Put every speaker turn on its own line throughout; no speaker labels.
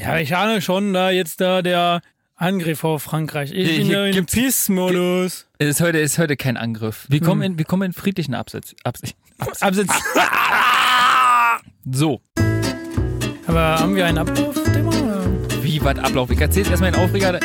Ja, ich ahne schon, da jetzt da der Angriff auf Frankreich. Ich
Hier-
bin
hier
da in
gibt's-
Peace-Modus.
Ist heute, ist heute kein Angriff. Wir
Hm.
kommen, in, wir kommen in friedlichen Absatz. Abs-
Absitz.
So,
Aber haben wir einen Ablauf? Demo, oder?
wie war der Ablauf? Ich erzähl's erstmal den Aufreger.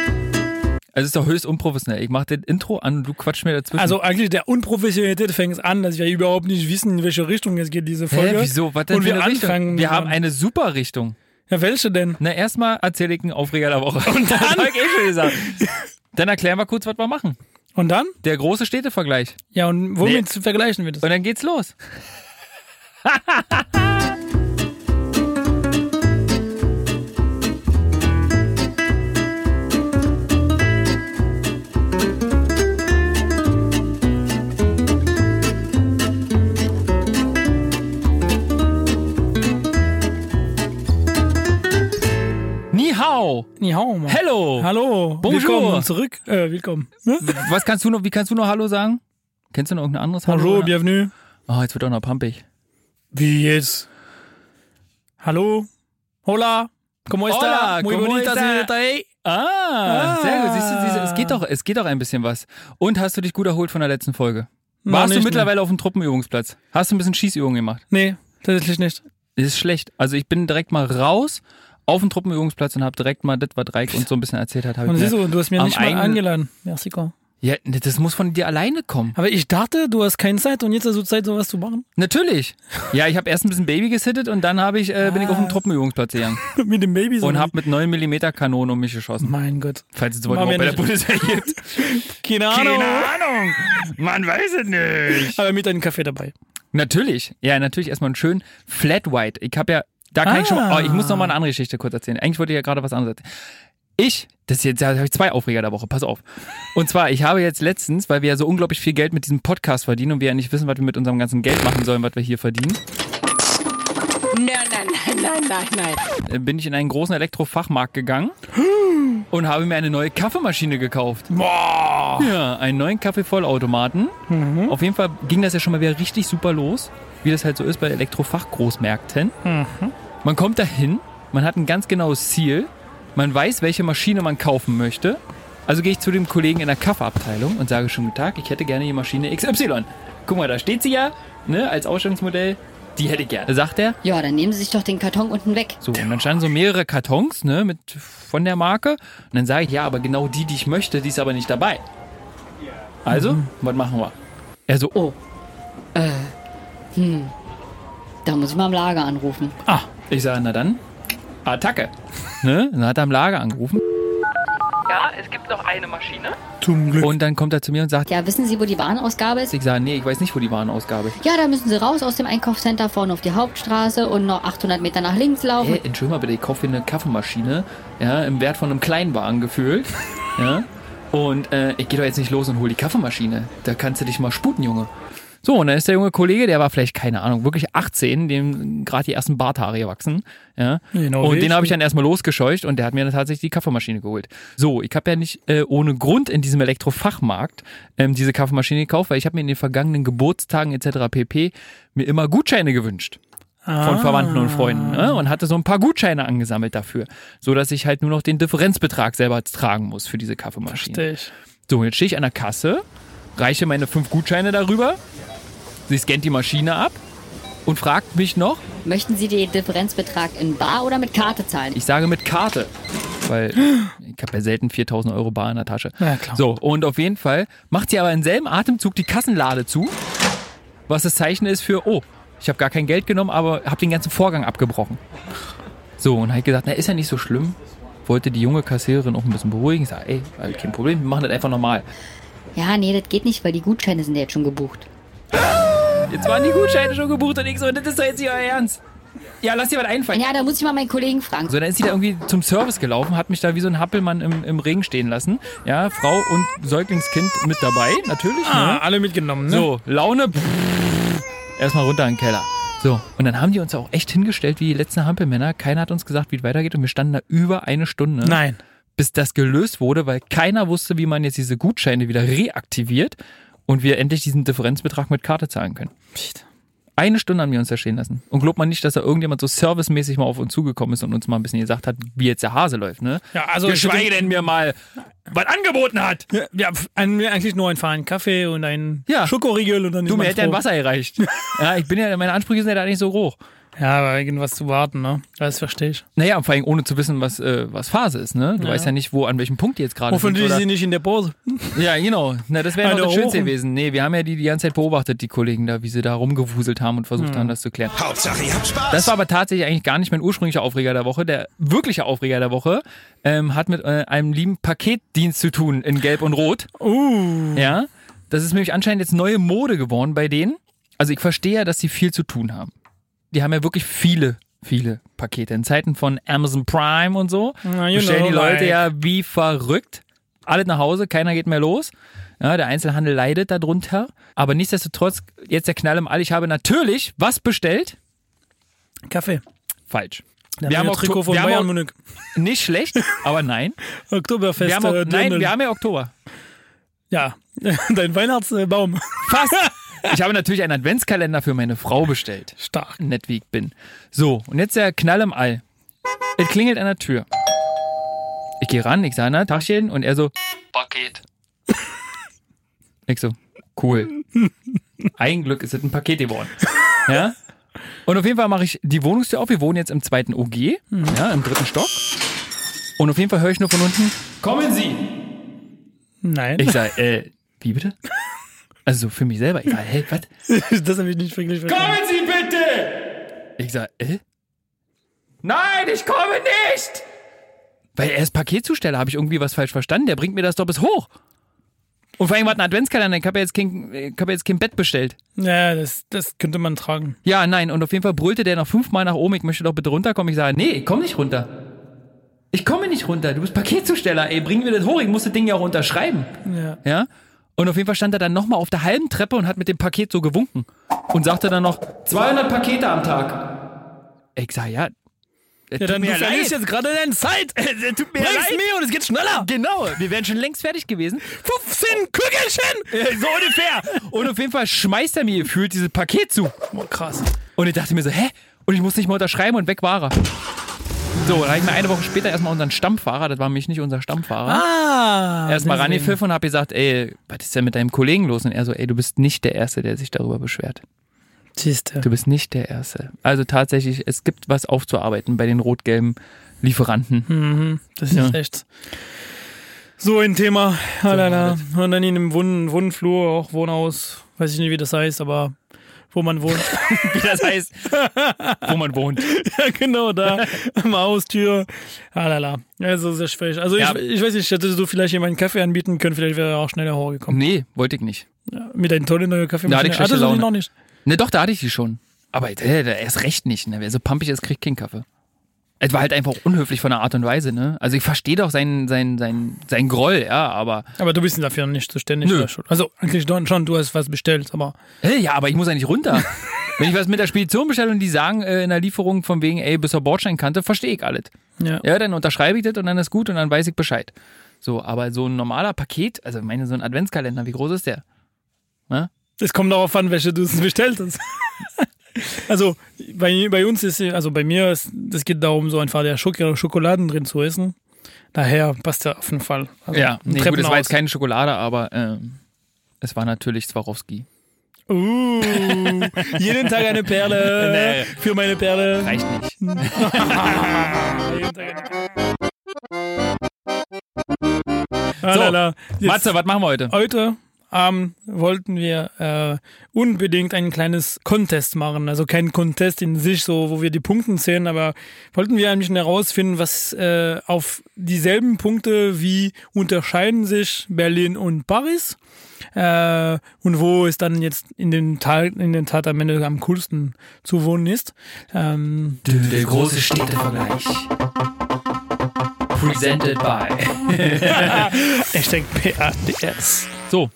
Also es ist doch höchst unprofessionell. Ich mach das Intro an und du quatsch mir dazwischen.
Also eigentlich der Unprofessionalität fängt es an, dass wir überhaupt nicht wissen, in welche Richtung es geht, diese
Hä,
Folge.
wieso? Was denn
Und
für
wir
eine Richtung?
anfangen.
Wir haben
dann.
eine super Richtung.
Ja, welche denn?
Na, erstmal erzähle ich einen Aufreger der Woche. Und dann, hab ich eh schon gesagt. dann erklären wir kurz, was wir machen.
Und dann?
Der große Städtevergleich.
Ja, und womit vergleichen wir das?
Und dann geht's los. Ni hao.
Ni hao, Mann.
Hello.
Hallo.
Bonjour.
Willkommen zurück. Äh, willkommen. Ne?
Was kannst du noch, wie kannst du noch Hallo sagen? Kennst du noch irgendein anderes Hallo?
Bonjour,
oder?
bienvenue.
Oh, jetzt wird auch noch pumpig.
Wie jetzt? Hallo? Hola? ¿Cómo está?
Hola, ¿cómo está?
ahí?
Ah,
Ah.
sehr gut. Siehst du, siehst du, es, geht doch, es geht doch ein bisschen was. Und hast du dich gut erholt von der letzten Folge?
Noch
Warst du
nicht, ne.
mittlerweile auf dem Truppenübungsplatz? Hast du ein bisschen Schießübungen gemacht?
Nee, tatsächlich nicht.
Das ist schlecht. Also ich bin direkt mal raus auf den Truppenübungsplatz und habe direkt mal das, was Reik uns so ein bisschen erzählt hat. hab
Und
ich
siehst
mir-
du, du hast mir
am
nicht mal
eigenen-
eingeladen. Merci, komm.
Ja, ne, das muss von dir alleine kommen.
Aber ich dachte, du hast keine Zeit und jetzt hast du Zeit, sowas zu machen.
Natürlich. Ja, ich habe erst ein bisschen Baby gesittet und dann hab ich, äh, bin ich auf den Truppenübungsplatz gegangen
Mit dem Baby Ah. so.
und habe mit 9mm Kanonen um mich geschossen.
mein Gott.
Falls es überhaupt
Mach
noch
mir
bei der
nicht-
Bundeswehr gibt.
Keine Ahnung.
Ahnung. Man weiß es nicht.
Aber mit einem Kaffee dabei.
Natürlich. Ja, natürlich erstmal einen schönen Flat White. Ich habe ja, da kann ich schon,
Ah.
oh, ich muss noch mal eine andere Geschichte kurz erzählen. Eigentlich wollte ich ja gerade was anderes erzählen. Ich, das ist jetzt, da habe ich zwei Aufreger der Woche, pass auf. Und zwar, ich habe jetzt letztens, weil wir ja so unglaublich viel Geld mit diesem Podcast verdienen und wir ja nicht wissen, was wir mit unserem ganzen Geld machen sollen, was wir hier verdienen,
Nein, nein, nein, nein, nein, nein.
äh, bin ich in einen großen Elektrofachmarkt gegangen und habe mir eine neue Kaffeemaschine gekauft.
Boah.
Ja, einen neuen Kaffeevollautomaten. Auf jeden Fall ging das ja schon mal wieder richtig super los, wie das halt so ist bei Elektrofachgroßmärkten. Man kommt dahin, man hat ein ganz genaues Ziel, man weiß, welche Maschine man kaufen möchte. Also gehe ich zu dem Kollegen in der Kaffeeabteilung und sage, schönen guten Tag, ich hätte gerne die Maschine XY. Guck mal, da steht sie ja, ne, als Ausstellungsmodell. Die hätte ich gerne, sagt er.
Ja, dann nehmen Sie sich doch den Karton unten weg.
So, und dann standen so mehrere Kartons, ne, mit, von der Marke. Und dann sage ich, ja, aber genau die, die ich möchte, die ist aber nicht dabei. Also,
Mhm.
was machen wir? Er so, oh,
Da muss ich mal im Lager anrufen.
ah. Ich sage, na dann, Attacke. ne? Dann hat er am Lager angerufen.
Ja, es gibt noch eine Maschine.
Zum Glück.
Und dann kommt er zu mir und sagt,
Ja, wissen Sie, wo die Warenausgabe ist?
ich sage, nee, ich weiß nicht, wo die Warenausgabe ist.
Ja, da müssen Sie raus aus dem Einkaufscenter vorne auf die Hauptstraße und noch 800 Meter nach links laufen.
Hey, entschuldige mal bitte, ich kaufe hier eine Kaffeemaschine, ja, im Wert von einem Kleinwagen gefühlt. ja, und äh, ich gehe doch jetzt nicht los und hole die Kaffeemaschine. Da kannst du dich mal sputen, Junge. So, und dann ist der junge Kollege, der war vielleicht, keine Ahnung, wirklich 18, dem gerade die ersten Barthaare gewachsen. Ja.
Genau,
und den
richtig.
habe ich dann erstmal losgescheucht und der hat mir dann tatsächlich die Kaffeemaschine geholt. So, ich habe ja nicht äh, ohne Grund in diesem Elektrofachmarkt ähm, diese Kaffeemaschine gekauft, weil ich habe mir in den vergangenen Geburtstagen etc. pp. mir immer Gutscheine gewünscht von Verwandten und Freunden ne? und hatte so ein paar Gutscheine angesammelt dafür, so dass ich halt nur noch den Differenzbetrag selber tragen muss für diese Kaffeemaschine.
Richtig.
So, jetzt stehe ich an der Kasse, reiche meine fünf Gutscheine darüber, sie scannt die Maschine ab und fragt mich noch,
Möchten Sie den Differenzbetrag in Bar oder mit Karte zahlen?
ich sage mit Karte, weil ich habe ja selten 4000 Euro bar in der Tasche.
Na klar.
So, und auf jeden Fall macht sie aber im selben Atemzug die Kassenlade zu, was das Zeichen ist für, oh, ich habe gar kein Geld genommen, aber habe den ganzen Vorgang abgebrochen. So, und habe gesagt, na, ist ja nicht so schlimm. Wollte die junge Kassiererin auch ein bisschen beruhigen. Ich sage, ey, alles kein Problem, wir machen das einfach normal.
Ja, nee, das geht nicht, weil die Gutscheine sind ja jetzt schon gebucht.
Jetzt waren die Gutscheine schon gebucht und ich so, das ist doch jetzt nicht euer Ernst. Ja, lass dir was einfallen.
Ja, da muss ich mal meinen Kollegen fragen.
So, dann ist sie da irgendwie zum Service gelaufen, hat mich da wie so ein Happelmann im, im Regen stehen lassen. Ja, Frau und Säuglingskind mit dabei, natürlich.
Ah,
Ne?
alle mitgenommen, ne?
So, Laune. pff, Erstmal runter in den Keller. So, und dann haben die uns auch echt hingestellt wie die letzten Hampelmänner. Keiner hat uns gesagt, wie es weitergeht und wir standen da über eine Stunde,
Nein.
bis das gelöst wurde, weil keiner wusste, wie man jetzt diese Gutscheine wieder reaktiviert und wir endlich diesen Differenzbetrag mit Karte zahlen können. Eine Stunde haben wir uns da stehen lassen. Und glaubt man nicht, dass da irgendjemand so servicemäßig mal auf uns zugekommen ist und uns mal ein bisschen gesagt hat, wie jetzt der Hase läuft, ne?
Ja, also
Geschweige denn mir mal, was angeboten hat.
Ja, ja, pf, an mir eigentlich nur ein Fahren Kaffee und ein
Ja.
Schokoriegel und dann ist
Du, mir
man
hätte ja ein
froh.
Wasser gereicht. ja, ich bin ja, meine Ansprüche sind ja da nicht so hoch.
Ja, aber irgendwas zu warten, ne? Das verstehe ich.
Naja, und vor allem ohne zu wissen, was, äh, was Phase ist, ne? Du
Ja.
weißt ja nicht, wo, an welchem Punkt die jetzt gerade sind.
Hoffentlich
oder-
sind sie nicht in der Pause.
Ja, genau. Na, das wäre
An
noch das
der
Schönste
Ohren.
gewesen. Nee, wir haben ja die die ganze Zeit beobachtet, die Kollegen da, wie sie da rumgewuselt haben und versucht haben, das zu klären.
Hauptsache, ihr habt Spaß.
Das war aber tatsächlich eigentlich gar nicht mein ursprünglicher Aufreger der Woche. Der wirkliche Aufreger der Woche ähm, hat mit äh, einem lieben Paketdienst zu tun in Gelb und Rot.
Uh.
Ja, das ist nämlich anscheinend jetzt neue Mode geworden bei denen. Also ich verstehe ja, dass sie viel zu tun haben. Die haben ja wirklich viele, viele Pakete. In Zeiten von Amazon Prime und so
Na, you
bestellen
know,
die Leute
like.
ja wie verrückt. Alle nach Hause, keiner geht mehr los. Ja, der Einzelhandel leidet darunter. Aber nichtsdestotrotz, jetzt der Knall im All. Ich habe natürlich was bestellt.
Kaffee.
Falsch.
Dann ein
Okto-
Trikot von
wir haben
Bayern
auch-
München.
nicht schlecht, aber nein.
Oktoberfest.
Wir haben auch,
äh,
nein,
Dirndl.
wir haben ja Oktober.
ja, dein Weihnachtsbaum.
Fast. Ich habe natürlich einen Adventskalender für meine Frau bestellt.
Stark.
nett wie ich bin. So, und jetzt der Knall im All. Es klingelt an der Tür. Ich gehe ran, ich sage, na, Tachchen, und er so, Paket. Ich so, cool. Ein Glück ist es ein Paket geworden. Ja? Und auf jeden Fall mache ich die Wohnungstür auf. Wir wohnen jetzt im zweiten OG, ja, im dritten Stock. Und auf jeden Fall höre ich nur von unten, kommen Sie!
Nein,
Ich sage, äh, wie bitte? Also für mich selber, ich sage, hey, was?
das habe ich nicht wirklich verstanden.
Kommen Sie bitte! Ich sag, äh? Nein, ich komme nicht! Weil er ist Paketzusteller, habe ich irgendwie was falsch verstanden. Der bringt mir das doch bis hoch. Und vor allem war ein Adventskalender, ich habe ja jetzt kein, ich hab ja jetzt kein Bett bestellt.
Ja, das, das könnte man tragen.
Ja, nein, und auf jeden Fall brüllte der noch fünfmal nach oben, ich möchte doch bitte runterkommen. Ich sage, nee, ich komm nicht runter. Ich komme nicht runter, du bist Paketzusteller, ey, bring mir das hoch, ich muss das Ding ja auch unterschreiben.
Ja.
Ja? Und auf jeden Fall stand er dann nochmal auf der halben Treppe und hat mit dem Paket so gewunken. Und sagte dann noch, 200 Pakete am Tag. Ich sag, ja. es
Ja,
tut
dann du
mir leid.
verlierst jetzt gerade deine Zeit. Äh, Tut mir
leid.
mir und es geht schneller.
Genau, wir wären schon längst fertig gewesen.
15 Kügelchen.
So ungefähr. Und auf jeden Fall schmeißt er mir gefühlt dieses Paket zu.
Oh, krass.
Und ich dachte mir so, hä? Und ich muss nicht mal unterschreiben und weg war er. So, dann habe ich mir eine Woche später erstmal unseren Stammfahrer, das war nämlich nicht unser Stammfahrer.
Ah.
erstmal
deswegen.
rangepfiffen und hab gesagt, ey, was ist denn mit deinem Kollegen los? Und er so, ey, du bist nicht der Erste, der sich darüber beschwert.
Siehste.
Du bist nicht der Erste. Also tatsächlich, es gibt was aufzuarbeiten bei den rot-gelben Lieferanten.
Das ist
Ja.
echt so ein Thema. Alala. Und dann in einem Wohn Wohnflur, auch Wohnhaus, weiß ich nicht, wie das heißt, aber wo man wohnt.
Wie das heißt, wo man wohnt.
ja, genau, da am Haustür. Alala. Also sehr schwierig. Also
Ja.
ich, ich weiß nicht, hättest du vielleicht jemanden Kaffee anbieten können, vielleicht wäre er auch schneller hochgekommen.
Nee, wollte ich nicht.
Mit einem tollen neuen Kaffee. Ah,
Da hatte ich schlechte
Hattest du die
Laune.
noch nicht?
Ne, doch, da hatte ich die schon. Aber äh, der erst recht nicht. Ne? Wer so pumpig ist, kriegt keinen Kaffee. Es war halt einfach unhöflich von der Art und Weise, ne? Also ich verstehe doch seinen, seinen, seinen, seinen Groll, ja, aber.
Aber du bist dafür nicht zuständig.
Nö.
oder schon. Also eigentlich doch schon, du hast was bestellt, aber
Hey, ja, aber ich muss eigentlich runter. Wenn ich was mit der Spedition bestelle und die sagen äh, in der Lieferung von wegen, ey, bis zur Bordsteinkante, verstehe ich alles.
ja.
Ja, dann unterschreibe ich das und dann ist gut und dann weiß ich Bescheid. So, aber so ein normaler Paket, also ich meine, so ein Adventskalender, wie groß ist der?
Es kommt darauf an, welche du es bestellt hast. also bei, bei uns ist, also bei mir, ist, es geht darum, so einfach der Schok Schokoladen drin zu essen. Daher passt der auf jeden Fall. Also, ein
nee, gut, es war jetzt
Treppenhaus.
keine Schokolade, aber ähm, es war natürlich Swarovski.
Uh, jeden Tag eine Perle.
Nee.
Für meine Perle.
Reicht nicht.
Jeden Tag eine Perle. Ah, la, la. Jetzt-
Matze, was machen wir heute?
Heute Abend wollten wir äh, unbedingt ein kleines Contest machen. Also kein Contest in sich, so wo wir die Punkte zählen, aber wollten wir ein bisschen herausfinden, was äh, auf dieselben Punkte wie unterscheiden sich Berlin und Paris. Äh, und wo es dann jetzt in den Tal, in den Tat am Ende am coolsten zu wohnen ist. Ähm,
Der große Städtevergleich. Presented by.
Hashtag PADS.
So.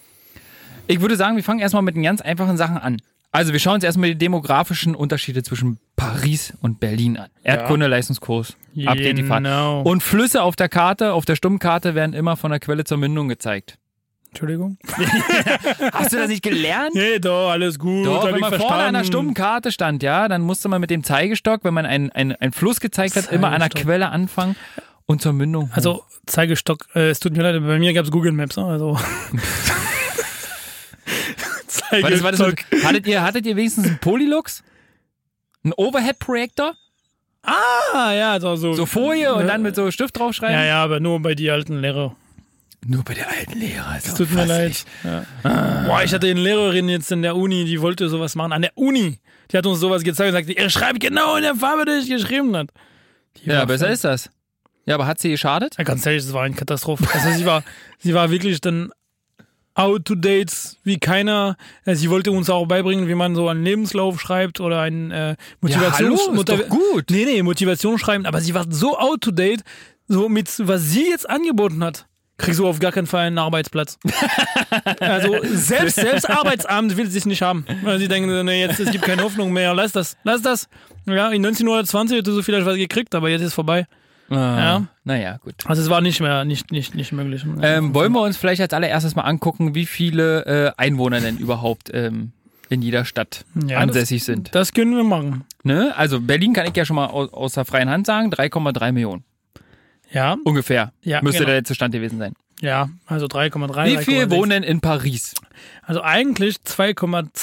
Ich würde sagen, wir fangen erstmal mit den ganz einfachen Sachen an. Also wir schauen uns erstmal die demografischen Unterschiede zwischen Paris und Berlin an. Erdkunde, Leistungskurs, Update die Fahrt.
Genau.
Und Flüsse auf der Karte, auf der Stummkarte werden immer von der Quelle zur Mündung gezeigt.
Entschuldigung.
Hast du das nicht gelernt?
Nee, doch, alles gut.
Doch,
hab
wenn
ich
man vorne
verstanden.
an einer stummen Karte stand, ja, dann musste man mit dem Zeigestock, wenn man einen, einen, einen Fluss gezeigt hat, immer an der
Zeigestock.
Quelle anfangen und zur Mündung. hoch.
Also, Zeigestock, äh, es tut mir leid, aber bei mir gab es Google Maps, ne? also.
war das, war das so,
Zeigestock.
hattet, ihr, hattet ihr wenigstens einen Polylux? Einen Overhead-Projektor?
Ah, ja, so. So,
So Folie und
Ne?
dann mit so Stift draufschreiben?
Ja, ja, aber nur bei die alten Lehrer.
Nur bei der alten also Lehrer.
Es tut mir leid. Ja.
Ah.
Boah, ich hatte eine Lehrerin jetzt in der Uni, die wollte sowas machen. An der Uni. Die hat uns sowas gezeigt und sagte, ihr schreibt genau in der Farbe, die ich geschrieben hat. Die
Ja,
war
besser
voll-
ist das. Ja, aber hat sie geschadet?
Ja, ganz ehrlich, das war eine Katastrophe. Also sie war, sie war wirklich dann out to date wie keiner. Äh, Sie wollte uns auch beibringen, wie man so einen Lebenslauf schreibt oder einen äh, Motivations
hallo, ist doch gut.
Nee, nee, Motivation schreiben, aber sie war so out to date, so mit was sie jetzt angeboten hat. Kriegst du auf gar keinen Fall einen Arbeitsplatz. Also selbst, selbst Arbeitsamt will sie es nicht haben. Weil sie denken, nee, jetzt es gibt keine Hoffnung mehr, lass das, lass das. Ja, in 1920 hätte sie vielleicht was gekriegt, aber jetzt ist vorbei.
Ah. Ja. Naja, gut.
Also es war nicht mehr, nicht, nicht, nicht möglich.
Ähm, wollen wir uns vielleicht als allererstes mal angucken, wie viele äh, Einwohner denn überhaupt ähm, in jeder Stadt
Ja,
ansässig sind?
das können wir machen.
Ne? Also Berlin kann ich ja schon mal aus, aus der freien Hand sagen, 3,3 Millionen.
Ja,
Ungefähr.
Ja,
Müsste
genau.
der letzte Stand gewesen sein.
ja, also 3,3.
wie viel
3,6.
wohnen denn in Paris?
Also eigentlich 2,2,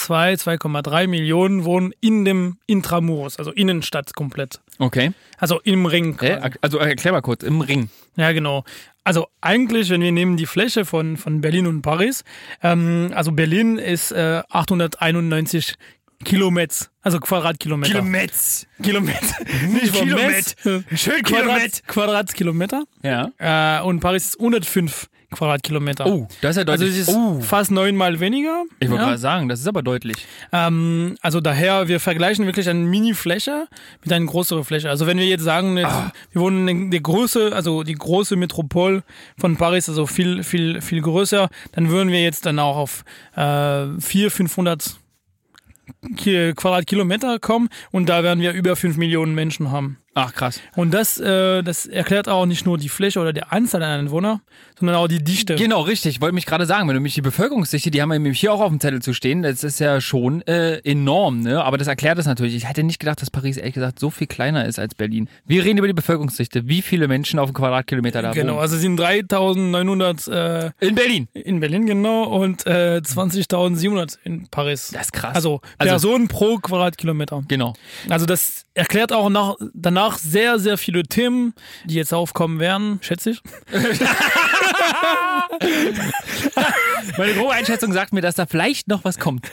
2,3 Millionen wohnen in dem Intramuros, also Innenstadt komplett.
Okay.
Also im Ring.
Äh,
quasi.
ak- also äh, erklär mal kurz, im Ring.
Ja, genau. Also eigentlich, wenn wir nehmen die Fläche von, von Berlin und Paris, ähm, also Berlin ist äh, 891 Kilometz, also Quadratkilometer.
Kilometz.
Kilometer. Nicht vom Metz.
Schön
Quadrat, Quadratkilometer.
Ja.
Äh, und Paris ist 105 Quadratkilometer.
Oh, das ist ja
Also
deutlich.
es ist
oh.
fast neunmal weniger.
Ich wollte
ja.
gerade sagen, das ist aber deutlich.
ähm, also daher, wir vergleichen wirklich eine Mini-Fläche mit einer größeren Fläche. Also wenn wir jetzt sagen, jetzt,
Ah.
wir wohnen in der Größe, also die große Metropole von Paris, also viel, viel, viel größer, dann würden wir jetzt dann auch auf äh, 400, 500 Ki- Quadratkilometer kommen und da werden wir über 5 Millionen Menschen haben.
Ach, krass.
Und das, äh, das erklärt auch nicht nur die Fläche oder die Anzahl an Einwohnern, sondern auch die Dichte.
Genau, richtig. Wollte mich gerade sagen, wenn du mich die Bevölkerungsdichte, die haben wir nämlich hier auch auf dem Zettel zu stehen, das ist ja schon äh, enorm, ne? Aber das erklärt es natürlich. Ich hätte nicht gedacht, dass Paris ehrlich gesagt so viel kleiner ist als Berlin. Wir reden über die Bevölkerungsdichte. Wie viele Menschen auf dem Quadratkilometer da
Genau,
wohnen?
also es sind 3900 äh,
In Berlin.
in Berlin, genau, und äh, 20.700 in Paris.
Das ist krass.
also
Also-
Personen pro Quadratkilometer.
Genau.
Also das erklärt auch nach, danach sehr, sehr viele Themen, die jetzt aufkommen werden, schätze ich.
Meine grobe Einschätzung sagt mir, dass da vielleicht noch was kommt,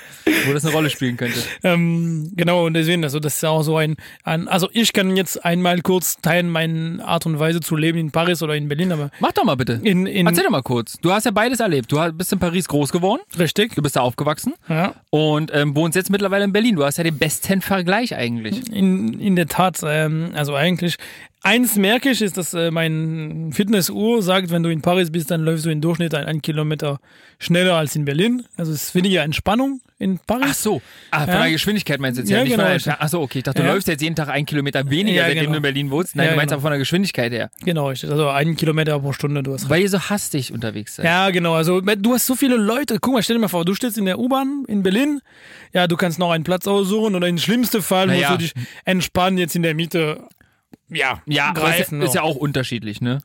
wo das eine Rolle spielen könnte.
Ähm, genau, und deswegen, also das ist ja auch so ein, ein, also ich kann jetzt einmal kurz teilen, meine Art und Weise zu leben in Paris oder in Berlin, aber
Mach doch mal bitte.
in, in
Erzähl doch mal kurz. Du hast ja beides erlebt. Du hast- bist in Paris groß geworden.
richtig.
Du bist da aufgewachsen
Ja.
und ähm, wohnst jetzt mittlerweile in Berlin. Du hast ja den besten Vergleich eigentlich.
Mhm. In, in der Tat, ähm, also eigentlich, eins merke ich, ist, dass äh, mein Fitnessuhr sagt, wenn du in Paris bist, dann läufst du im Durchschnitt einen, einen Kilometer schneller als in Berlin. Also es ist weniger Entspannung in
Ach
Paris.
so, ah, von
Ja.
der Geschwindigkeit meinst du jetzt ja,
Ja,
nicht
genau.
von der Ach so, okay, ich dachte, du
Ja.
läufst jetzt jeden Tag einen Kilometer weniger,
Ja,
seitdem
genau.
du in Berlin wohnst. Nein,
Ja,
du meinst
genau.
aber von der Geschwindigkeit her.
Genau, richtig. Also einen Kilometer pro Stunde, du hast recht.
Weil ihr so hastig unterwegs seid.
Ja, genau. Also du hast so viele Leute. Guck mal, stell dir mal vor, du stehst in der U-Bahn in Berlin. Ja, du kannst noch einen Platz aussuchen oder im schlimmsten Fall
Na
musst
ja.
du dich entspannen jetzt in der Miete. Ja,
Ja, aber ist,
greifen.
ist ja
auch.
auch unterschiedlich, ne?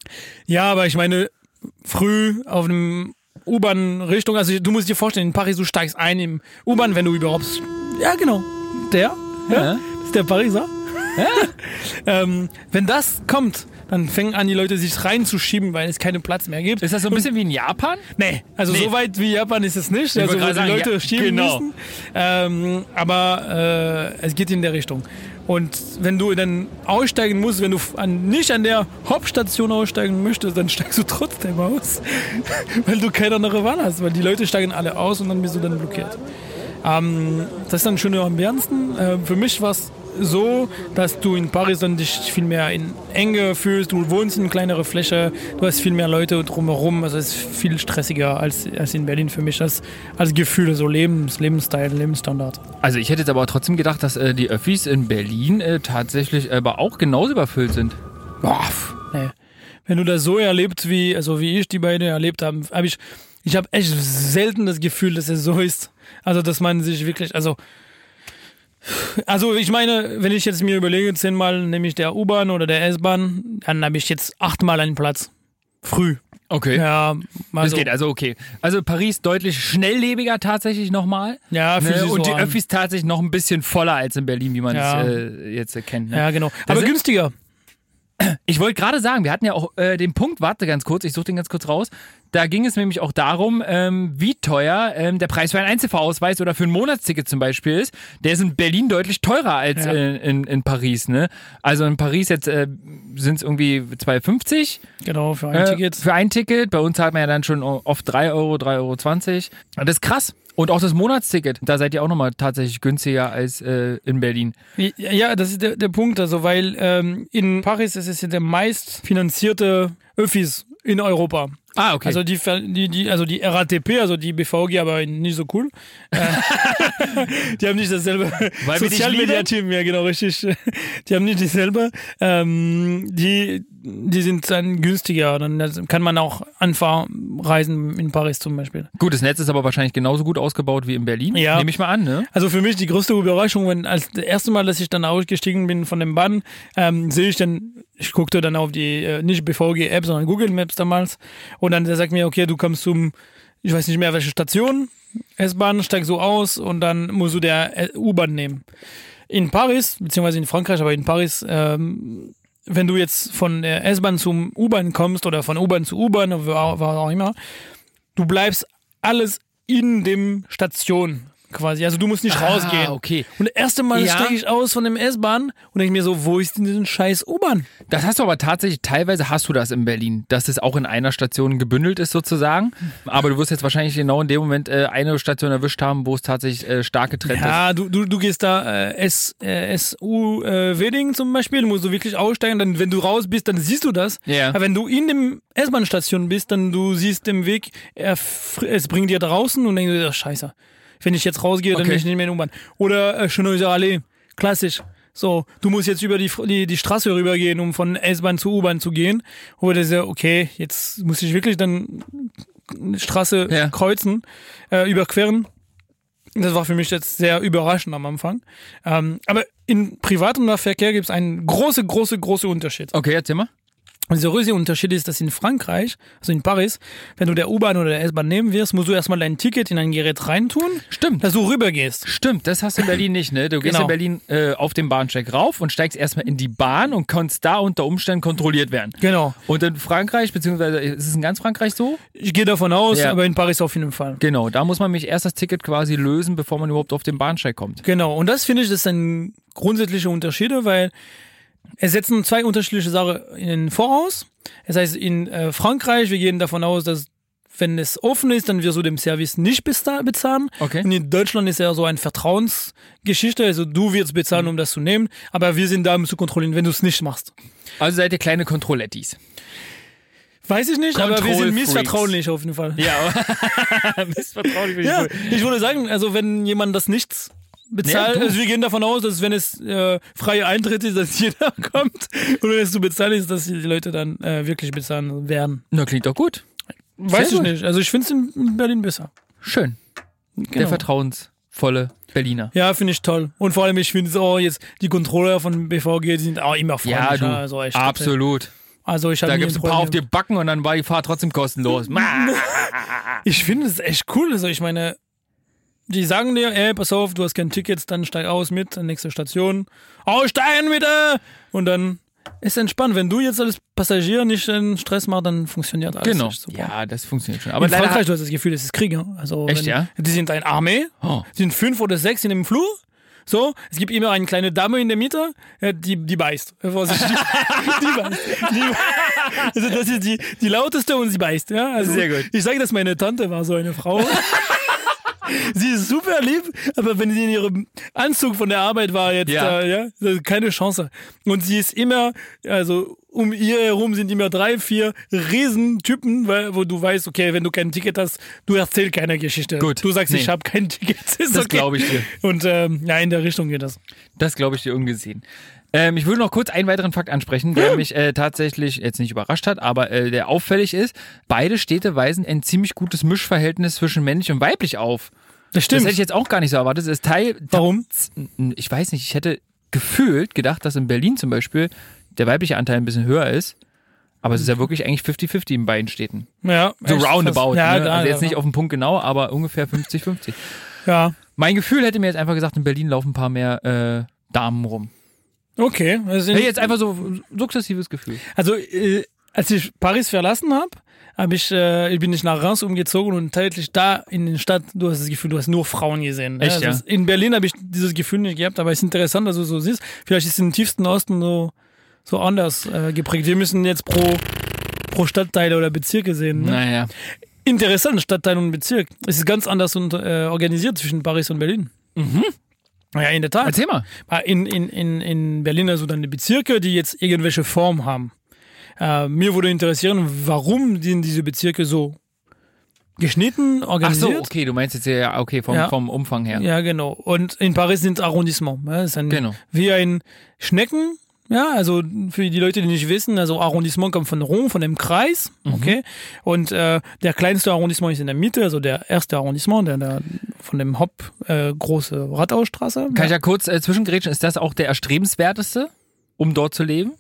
Ja, aber ich meine, früh auf einem U-Bahn-Richtung, also du musst dir vorstellen, in Paris, du steigst ein im U-Bahn, wenn du überhaupt. Ja, genau. Der?
Ja.
Das ist der Pariser. ähm, wenn das kommt, dann fängen an, die Leute sich reinzuschieben, weil es keinen Platz mehr gibt.
Ist das so ein bisschen wie in Japan?
Nee, also
Nee.
so weit wie Japan ist es nicht. Also
wollte
wo die
gerade sagen,
Leute
ja,
schieben
genau.
müssen. Ähm, aber äh, es geht in der Richtung. Und wenn du dann aussteigen musst, wenn du f- an, nicht an der Hauptstation aussteigen möchtest, dann steigst du trotzdem aus, weil du keine andere Wahl hast, weil die Leute steigen alle aus und dann bist du dann blockiert. Ähm, das ist dann schon am ernsten. Äh, für mich war es so, dass du in Paris dann dich viel mehr in Enge fühlst. Du wohnst in kleinere Fläche, du hast viel mehr Leute drumherum. Also es ist viel stressiger als, als in Berlin für mich als, als Gefühle, so Lebens, Lebensstil, Lebensstandard.
Also ich hätte jetzt aber trotzdem gedacht, dass äh, die Öffis in Berlin äh, tatsächlich aber auch genauso überfüllt sind.
Boah, pf, nee. wenn du das so erlebt, wie, also wie ich die beiden erlebt haben, habe ich, ich habe echt selten das Gefühl, dass es so ist. Also, dass man sich wirklich, also, also ich meine, wenn ich jetzt mir überlege, zehnmal nehme ich der U-Bahn oder der S-Bahn, dann habe ich jetzt achtmal einen Platz. Früh.
Okay.
Ja,
Das
also,
geht, also okay. Also Paris deutlich schnelllebiger tatsächlich nochmal.
Ja, fühlt
ne?
sich so
Und die
an.
Öffis tatsächlich noch ein bisschen voller als in Berlin, wie man
Ja.
es äh, jetzt erkennt. Ne?
ja, genau. Aber
ist-
günstiger.
Ich wollte gerade sagen, wir hatten ja auch äh, den Punkt, warte ganz kurz, ich suche den ganz kurz raus. Da ging es nämlich auch darum, ähm, wie teuer ähm, der Preis für einen Einzelfahrausweis oder für ein Monatsticket zum Beispiel ist. Der ist in Berlin deutlich teurer als
Ja.
äh, in, in Paris. Ne? Also in Paris jetzt äh, sind es irgendwie 2,50
Genau, für ein
äh,
Ticket.
für ein Ticket. Bei uns zahlt man ja dann schon oft 3 Euro, 3,20 Euro. Das ist krass. Und auch das Monatsticket, da seid ihr auch nochmal tatsächlich günstiger als äh, in Berlin.
Ja, das ist der, der Punkt, also weil ähm, in Paris ist es ja der meist finanzierte Öffis in Europa.
Ah, okay.
Also die, ver- die, die, also die RATP, also die BVG, aber nicht so cool. Äh, die haben nicht dasselbe
Weil wir dich
Sozialmedia-Team, ja genau, richtig. Die haben nicht dasselbe. Ähm, die, die sind dann günstiger. Dann das- kann man auch anfahren, reisen in Paris zum Beispiel.
Gut, das Netz ist aber wahrscheinlich genauso gut ausgebaut wie in Berlin.
Ja.
Nehme ich mal an, ne?
Also für mich die größte Überraschung, wenn als das erste Mal, dass ich dann ausgestiegen bin von dem Bahn, ähm, sehe ich dann, ich guckte dann auf die, äh, nicht BVG-App, sondern Google Maps damals. Und dann der sagt mir, okay, du kommst zum, ich weiß nicht mehr welche Station, S-Bahn, steig so aus und dann musst du der äh, U-Bahn nehmen. In Paris, beziehungsweise in Frankreich, aber in Paris, ähm, wenn du jetzt von der S-Bahn zum U-Bahn kommst oder von U-Bahn zu U-Bahn, oder wa- was auch immer, du bleibst alles in dem Station quasi. Also du musst nicht rausgehen.
Ah, okay.
Und das erste Mal
Ja.
steige ich aus von dem S-Bahn und denke mir so, wo ist denn diese scheiß U-Bahn?
Das hast du aber tatsächlich, teilweise hast du das in Berlin, dass es auch in einer Station gebündelt ist sozusagen. Aber du wirst jetzt wahrscheinlich genau in dem Moment äh, eine Station erwischt haben, wo es tatsächlich äh, stark getrennt ist.
Ja, du, du, du gehst da äh, S, äh, SU äh, Weding zum Beispiel, musst du wirklich aussteigen, dann wenn du raus bist, dann siehst du das.
Ja.
Aber wenn du in dem S-Bahn-Station bist, dann du siehst den Weg, er, fr- es bringt dir draußen und denkst du, dir, "Ach, scheiße, wenn ich jetzt rausgehe, dann
Okay.
bin ich nicht mehr in U-Bahn. Oder äh, Schönhäuser Allee, klassisch. So, du musst jetzt über die, Fr- die, die Straße rübergehen, um von S-Bahn zu U-Bahn zu gehen. Oder so, okay, jetzt muss ich wirklich dann Straße
Ja.
kreuzen, äh, überqueren. Das war für mich jetzt sehr überraschend am Anfang. Ähm, aber in privatem Nahverkehr gibt es einen große, große, große Unterschied.
Okay, erzähl mal.
Und der größte Unterschied ist, dass in Frankreich, also in Paris, wenn du der U-Bahn oder der S-Bahn nehmen wirst, musst du erstmal dein Ticket in ein Gerät reintun,
Stimmt.
dass du rübergehst.
Stimmt, das hast du in Berlin nicht, ne? Du gehst
Genau.
in Berlin äh, auf den Bahnsteig rauf und steigst erstmal in die Bahn und kannst da unter Umständen kontrolliert werden.
Genau.
Und in Frankreich, beziehungsweise ist es in ganz Frankreich so?
Ich gehe davon aus,
Ja.
aber in Paris auf jeden Fall.
Genau, da muss man mich erst das Ticket quasi lösen, bevor man überhaupt auf den Bahnsteig kommt.
Genau, und das finde ich, das sind grundsätzliche Unterschiede, weil es setzen zwei unterschiedliche Sachen in voraus. Das heißt, in äh, Frankreich, wir gehen davon aus, dass wenn es offen ist, dann wirst du dem Service nicht besta- bezahlen.
Okay.
Und in Deutschland ist ja so eine Vertrauensgeschichte, also du wirst bezahlen, um das zu nehmen, aber wir sind da, um zu kontrollieren, wenn du es nicht machst.
Also seid ihr kleine Kontrollettis.
Weiß ich nicht, aber wir
Control
sind
Freaks.
missvertraulich auf jeden Fall.
Ja, missvertraulich bin ich
Ja,
wohl.
ich würde sagen, also wenn jemand das nichts bezahlt,
Nee, du.
also wir gehen davon aus, dass wenn es äh, freie Eintritt ist, dass jeder kommt und wenn es zu bezahlen ist, dass die Leute dann äh, wirklich bezahlen werden.
Na, klingt doch gut.
Weiß
Sehr
ich
gut.
nicht. Also ich finde es in Berlin besser.
Schön. Der vertrauensvolle Berliner.
Ja, finde ich toll. Und vor allem, ich finde es auch jetzt, die Controller von BVG die sind auch immer freundlich.
Ja, du.
Also echt,
absolut.
Also ich habe
Da
nie
gibt es ein
ein
paar auf
Problem.
die Backen und dann war die Fahrt trotzdem kostenlos. Ma.
Ich finde es echt cool. Also ich meine, die sagen dir, ey, pass auf, du hast kein Ticket, dann steig aus mit, nächste Station. Aussteigen bitte! Und dann ist entspannt. Wenn du jetzt als Passagier nicht den Stress machst, dann funktioniert alles.
Genau.
echt Super.
Ja, das funktioniert schon.
Aber
Aber
in
leider
Frankreich, du hast das Gefühl, es ist Krieg. ja? Also,
Echt,
wenn,
ja?
Die sind eine Armee,
Oh.
die sind fünf oder sechs in dem Flur. So, es gibt immer eine kleine Dame in der Mitte, äh, die, die beißt. Vorsichtig. die, die beißt. Die, also das ist die, die lauteste und sie beißt. Ja? Also,
Sehr gut.
Ich sage, dass meine Tante war so eine Frau. sie ist super lieb, aber wenn sie in ihrem Anzug von der Arbeit war jetzt,
Ja.
Äh, ja, das ist keine Chance. Und sie ist immer, also um ihr herum sind immer drei, vier Riesentypen, weil, wo du weißt, okay, wenn du kein Ticket hast, du erzählst keine Geschichte.
Gut.
Du sagst, ich
Nee.
habe kein Ticket. Ist
Das
okay.
glaub ich dir.
Und ähm, ja, in der Richtung geht das.
Das glaube ich dir ungesehen. Ähm, ich würde noch kurz einen weiteren Fakt ansprechen,
Hm.
der mich äh, tatsächlich jetzt nicht überrascht hat, aber äh, der auffällig ist. Beide Städte weisen ein ziemlich gutes Mischverhältnis zwischen männlich und weiblich auf.
Das
Das
stimmt.
hätte ich jetzt auch gar nicht so erwartet. Das ist Teil.
Warum?
Ich weiß nicht, ich hätte gefühlt gedacht, dass in Berlin zum Beispiel der weibliche Anteil ein bisschen höher ist. Aber es ist ja wirklich eigentlich 50-50 in beiden Städten.
ja,
So
echt
roundabout.
krass. Ja,
ne?
klar,
also
ja,
jetzt nicht auf den Punkt genau, aber ungefähr 50-50.
Ja,
mein Gefühl hätte mir jetzt einfach gesagt, in Berlin laufen ein paar mehr äh, Damen rum.
okay. Also,
Hätte jetzt einfach so sukzessives Gefühl.
also äh, als ich Paris verlassen habe, hab ich, äh, ich bin ich nach Reims umgezogen und tatsächlich da in der Stadt, du hast das Gefühl, du hast nur Frauen gesehen. ne?
Echt, ja?
also es- In Berlin habe ich dieses Gefühl nicht gehabt, aber es ist interessant, dass du so siehst. Vielleicht ist es im tiefsten Osten so, so anders äh, geprägt. Wir müssen jetzt pro, pro Stadtteile oder Bezirke sehen. Ne?
Naja.
Interessant, Stadtteil und Bezirk. Es ist ganz anders und, äh, organisiert zwischen Paris und Berlin. Mhm. Ja, in der Tat.
Erzähl mal.
Ah, In, in, in, in Berlin also dann die Bezirke, die jetzt irgendwelche Form haben. Äh, mir würde interessieren, warum sind diese Bezirke so geschnitten,
Ach
organisiert?
so, okay, du meinst jetzt ja, okay, vom,
Ja.
vom Umfang her.
Ja, genau. Und in Paris sind Arrondissement. Ja, ist ein,
Genau.
Wie ein Schnecken. Ja, also für die Leute, die nicht wissen, also Arrondissement kommt von Rond, von dem Kreis,
Mhm.
okay? Und äh, der kleinste Arrondissement ist in der Mitte, also der erste Arrondissement, der, der von dem Hop äh, große Rathausstraße.
Kann ich ja kurz äh, zwischengrätschen, ist das auch der erstrebenswerteste, um dort zu leben?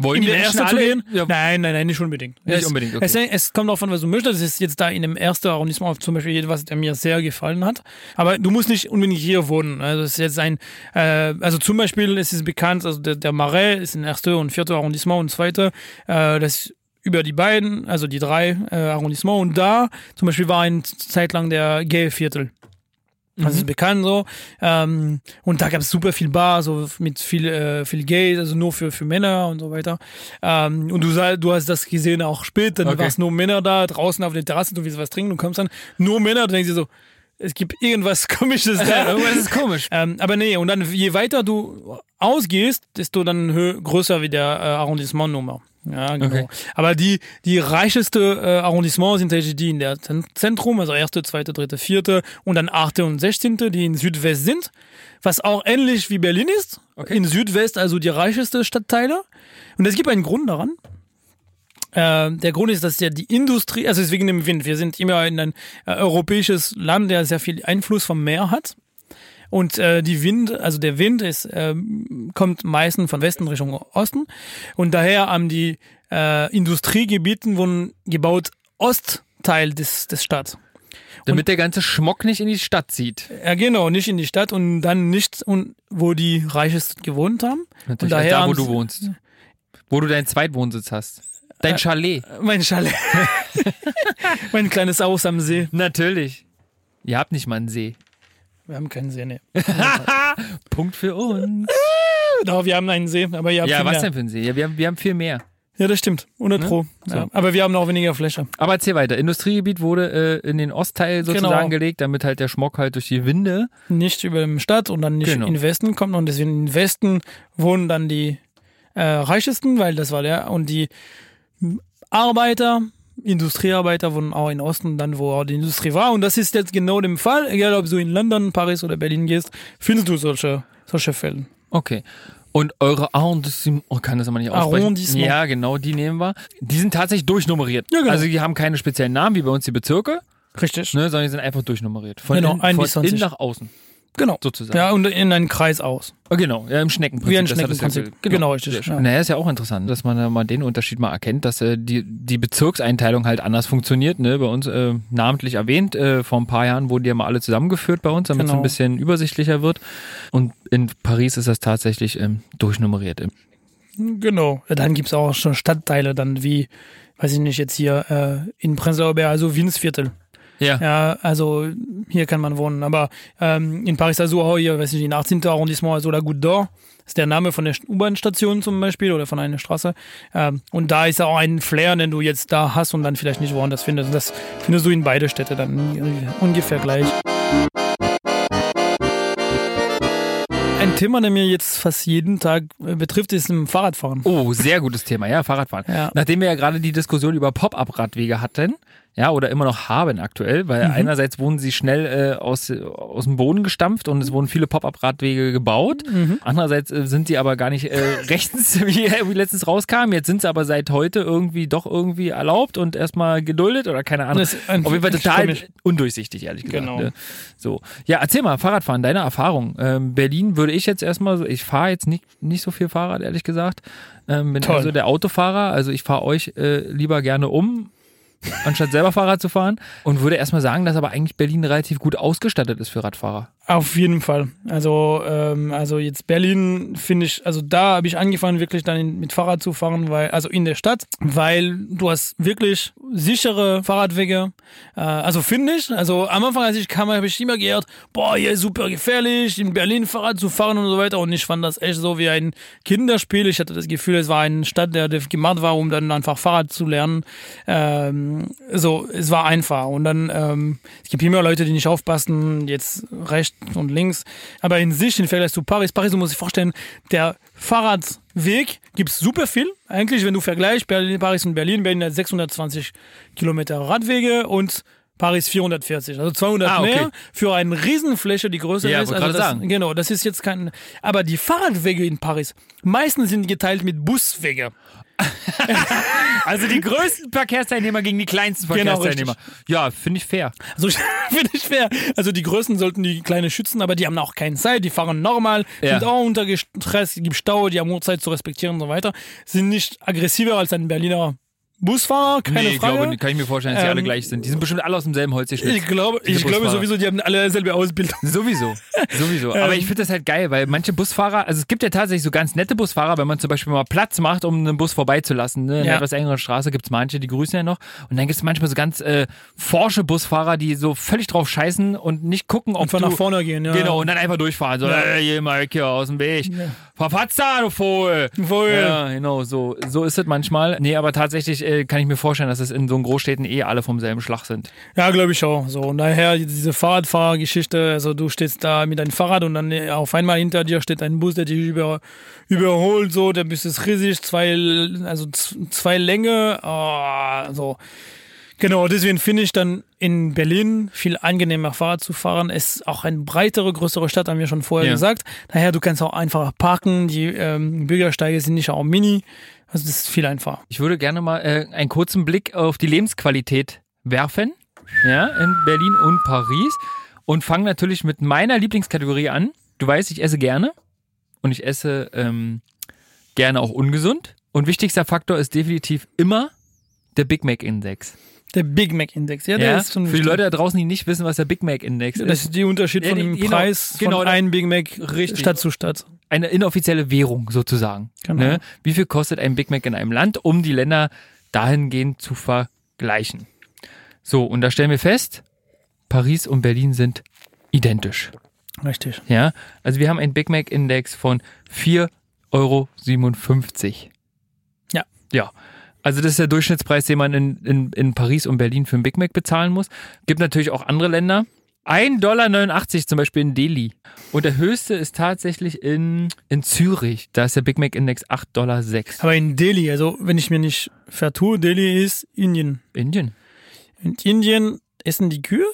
Wollen
in
die
der
Menschen
erste zu
alle
gehen?
Ja,
Nein, nein, nein, nicht unbedingt.
Nicht
es,
unbedingt, okay.
es, es kommt davon, was du möchtest. Es ist jetzt da in dem ersten Arrondissement zum Beispiel etwas, der mir sehr gefallen hat. Aber du musst nicht unbedingt hier wohnen. Also es ist jetzt ein, äh, also zum Beispiel es ist bekannt, also der, der Marais ist ein erste und vierte Arrondissement und zweite, äh, das über die beiden, also die drei äh, Arrondissements und da zum Beispiel war ein Zeit lang der Gay-Viertel. Das Also ist bekannt so. Ähm, und da gab es super viel Bar, so mit viel, äh, viel Geld, also nur für, für Männer und so weiter. Ähm, und du, sah, du hast das gesehen auch spät, dann
Okay.
warst nur Männer da, draußen auf der Terrasse, du willst was trinken, du kommst dann, nur Männer, du denkst dir so, es gibt irgendwas Komisches
Ja,
da.
irgendwas ist komisch.
ähm, aber nee, und dann je weiter du ausgehst, desto dann hö größer wie der äh, Arrondissementnummer. Ja, genau.
Okay.
Aber die, die reicheste äh, Arrondissement sind tatsächlich die in der Zen- Zentrum, also erste, zweite, dritte, vierte und dann achte und sechzehnte, die in Südwest sind, was auch ähnlich wie Berlin ist.
Okay.
In Südwest also die reicheste Stadtteile. Und es gibt einen Grund daran. Äh, der Grund ist, dass ja die Industrie, also es ist wegen dem Wind, wir sind immer in ein äh, europäisches Land, der sehr viel Einfluss vom Meer hat. Und äh, die Wind, also der Wind ist, ähm, kommt meistens von Westen Richtung Osten. Und daher haben die äh, Industriegebieten wurden gebaut Ostteil des, des Stadt.
Damit der ganze Schmock nicht in die Stadt zieht.
Ja, genau, nicht in die Stadt und dann nicht, und wo die Reichesten gewohnt haben. und
Natürlich äh,
daher
da, wo
haben
du
sie-
wohnst. Wo du deinen Zweitwohnsitz hast.
Äh,
Dein Chalet.
Mein Chalet. mein kleines Haus am See.
Natürlich. Ihr habt nicht mal einen See.
Wir haben keinen See, ne.
Punkt für uns.
Doch, wir haben einen See, aber ihr habt
Ja,
viel
was
mehr.
denn Ne? für ein See? Ja, wir, haben, wir haben viel mehr.
Ja, das stimmt. 100 Pro. Ja. Aber wir haben noch weniger Fläche.
Aber erzähl weiter. Industriegebiet wurde äh, in den Ostteil sozusagen
Genau.
gelegt, damit halt der Schmock halt durch die Winde.
Nicht über dem Stadt und dann nicht
Genau.
in den Westen kommt. Und deswegen in den Westen wohnen dann die äh, Reichesten, weil das war der. Und die Arbeiter, Industriearbeiter wohnen auch in Osten, dann wo auch die Industrie war. Und das ist jetzt genau dem Fall. Egal, ob du in London, Paris oder Berlin gehst, findest du solche, solche Fälle.
Okay. Und eure Arrondissement, oh, kann das aber nicht aussprechen.
Arrondissement.
Ja, genau, die nehmen wir. Die sind tatsächlich durchnummeriert.
Ja, genau.
Also die haben keine speziellen Namen, wie bei uns die Bezirke,
Richtig.
ne, sondern die sind einfach durchnummeriert. Von,
Genau,
in,
1 bis
von
20.
innen nach außen.
Genau.
Sozusagen.
Ja, und in einen Kreis aus.
Oh, Genau, ja, im Schneckenprinzip.
Wie ein
das hat es ja
Schneckenprinzip.
ge-
Genau, richtig,
Sehr schön.
ja.
Naja, ist ja auch interessant, dass man da mal den Unterschied mal erkennt, dass äh, die, die Bezirkseinteilung halt anders funktioniert. Ne? Bei uns äh, namentlich erwähnt, äh, vor ein paar Jahren wurden die ja mal alle zusammengeführt bei uns, damit es
Genau.
ein bisschen übersichtlicher wird. Und in Paris ist das tatsächlich ähm, durchnummeriert.
Genau. Ja, Dann gibt's auch schon Stadtteile, dann wie, weiß ich nicht, jetzt hier äh, in Prenzlauer Berg, also Wiensviertel.
Ja.
Ja, also hier kann man wohnen. Aber ähm, in Paris Azur, auch hier, weiß nicht, in 18. Arrondissement, also La Goutte d'Or, ist der Name von der U-Bahn-Station zum Beispiel oder von einer Straße. Ähm, und da ist auch ein Flair, den du jetzt da hast und dann vielleicht nicht woanders findest. Und Das findest du in beide Städte dann ungefähr gleich. Ein Thema, der mir jetzt fast jeden Tag äh, betrifft, ist im Fahrradfahren.
Oh, sehr gutes Thema, ja, Fahrradfahren.
Ja.
Nachdem wir ja gerade die Diskussion über Pop-Up-Radwege hatten, ja, oder immer noch haben aktuell,
Mhm.
weil einerseits wurden sie schnell äh, aus, aus dem Boden gestampft und es wurden viele Pop-Up-Radwege gebaut.
Mhm.
Andererseits äh, sind sie aber gar nicht äh, rechtens, wie, wie letztens rauskam. Jetzt sind sie aber seit heute irgendwie doch irgendwie erlaubt und erstmal geduldet oder keine Ahnung.
Das ist ein-
Auf jeden Fall
ein
total
komisch.
undurchsichtig, ehrlich gesagt.
Genau.
Ne? So. Ja, erzähl mal, Fahrradfahren, deine Erfahrung. Ähm, Berlin würde ich jetzt erstmal, so- ich fahre jetzt nicht, nicht so viel Fahrrad, ehrlich gesagt. Ähm, bin
Toll.
also der Autofahrer, also ich fahre euch äh, lieber gerne um, anstatt selber Fahrrad zu fahren. Und würde erstmal sagen, dass aber eigentlich Berlin relativ gut ausgestattet ist für Radfahrer.
Auf jeden Fall. Also, ähm, also jetzt Berlin finde ich, also da habe ich angefangen, wirklich dann in, mit Fahrrad zu fahren, weil, also in der Stadt, weil du hast wirklich sichere Fahrradwege. Äh, also finde ich, also am Anfang, als ich kam, habe ich immer gehört, boah, hier ist super gefährlich, in Berlin Fahrrad zu fahren und so weiter. Und ich fand das echt so wie ein Kinderspiel. Ich hatte das Gefühl, es war eine Stadt, der dafür gemacht war, um dann einfach Fahrrad zu lernen. Ähm, so, es war einfach. Und dann, ähm, es gibt immer Leute, die nicht aufpassen, jetzt rechts und links. Aber in sich, im Vergleich zu Paris, Paris, du musst dir vorstellen, der Fahrradweg gibt es super viel. Eigentlich, wenn du vergleichst, Berlin, Paris und Berlin, Berlin hat 620 Kilometer Radwege und Paris 440, also 200
Ah, okay.
mehr für eine Riesenfläche, die größer
Ja,
ist.
wollte
Also
gerade
das,
sagen.
Genau, das ist jetzt kein. Aber die Fahrradwege in Paris meistens sind geteilt mit Buswege.
Also die größten Verkehrsteilnehmer gegen die kleinsten
Genau,
Verkehrsteilnehmer. ja, finde ich fair.
Also finde ich fair. Also die Größen sollten die Kleine schützen, aber die haben auch keine Zeit, die fahren normal,
Ja.
sind auch unter Stress, gibt Stau, die haben Uhrzeit zu respektieren und so weiter, sind nicht aggressiver als ein Berliner Busfahrer, keine
nee, ich
Frage.
glaube, kann ich mir vorstellen, dass die
Ähm,
alle gleich sind. Die sind bestimmt alle aus demselben Holz geschnitzt.
ich glaube,
Diese
ich glaube
Busfahrer.
sowieso, die haben alle selbe Ausbildung.
Sowieso, sowieso.
Ähm.
Aber ich finde das halt geil, weil manche Busfahrer, also es gibt ja tatsächlich so ganz nette Busfahrer, wenn man zum Beispiel mal Platz macht, um einen Bus vorbeizulassen. Ne?
Ja.
In einer etwas engeren Straße gibt es manche, die grüßen ja noch. Und dann gibt es manchmal so ganz äh, forsche Busfahrer, die so völlig drauf scheißen und nicht gucken, ob
Einfach
du,
nach vorne gehen, ja.
Genau, und dann einfach durchfahren. So, äh, hier mal weg hier aus dem Weg. Verfatzt da, du Vogel.
Vogel.
Ja, genau, so, so ist es manchmal. Nee, aber tatsächlich äh, kann ich mir vorstellen, dass es in so Großstädten eh alle vom selben Schlag sind.
Ja, glaube ich auch. So, und daher diese Fahrradfahrergeschichte, also du stehst da mit deinem Fahrrad und dann äh, auf einmal hinter dir steht ein Bus, der dich über, überholt, so, der Bus ist riesig, zwei, also z- zwei Länge, ah, so. Genau, deswegen finde ich dann in Berlin viel angenehmer Fahrrad zu fahren. Es ist auch eine breitere, größere Stadt, haben wir schon vorher
Ja.
gesagt. Daher, du kannst auch einfacher parken, die ähm, Bürgersteige sind nicht auch mini. Also das ist viel einfacher.
Ich würde gerne mal äh, einen kurzen Blick auf die Lebensqualität werfen. Ja, in Berlin und Paris. Und fange natürlich mit meiner Lieblingskategorie an. Du weißt, ich esse gerne. Und ich esse ähm, gerne auch ungesund. Und wichtigster Faktor ist definitiv immer der Big Mac Index.
Der Big Mac Index, ja, der
Ja?
ist schon
Für die
wichtig.
Leute da draußen, die nicht wissen, was der Big Mac Index
Das
ist.
ist der Unterschied
Äh, Ja,
von
die-
dem
genau,
Preis
genau,
von
da-
einem Big Mac
Richtig.
Stadt zu Stadt.
Eine inoffizielle Währung sozusagen.
Genau.
Ne? Wie viel kostet ein Big Mac in einem Land, um die Länder dahingehend zu vergleichen? So, und da stellen wir fest, Paris und Berlin sind identisch.
Richtig.
Ja, also wir haben einen Big Mac Index von 4,57 Euro.
Ja.
Ja. Also das ist der Durchschnittspreis, den man in, in, in Paris und Berlin für einen Big Mac bezahlen muss. Gibt natürlich auch andere Länder. 1,89 Dollar zum Beispiel in Delhi. Und der höchste ist tatsächlich in, in Zürich. Da ist der Big Mac Index 8,06 Dollar.
Aber in Delhi, also wenn ich mir nicht vertue, Delhi ist Indien.
Indien.
In Indien essen die Kühe?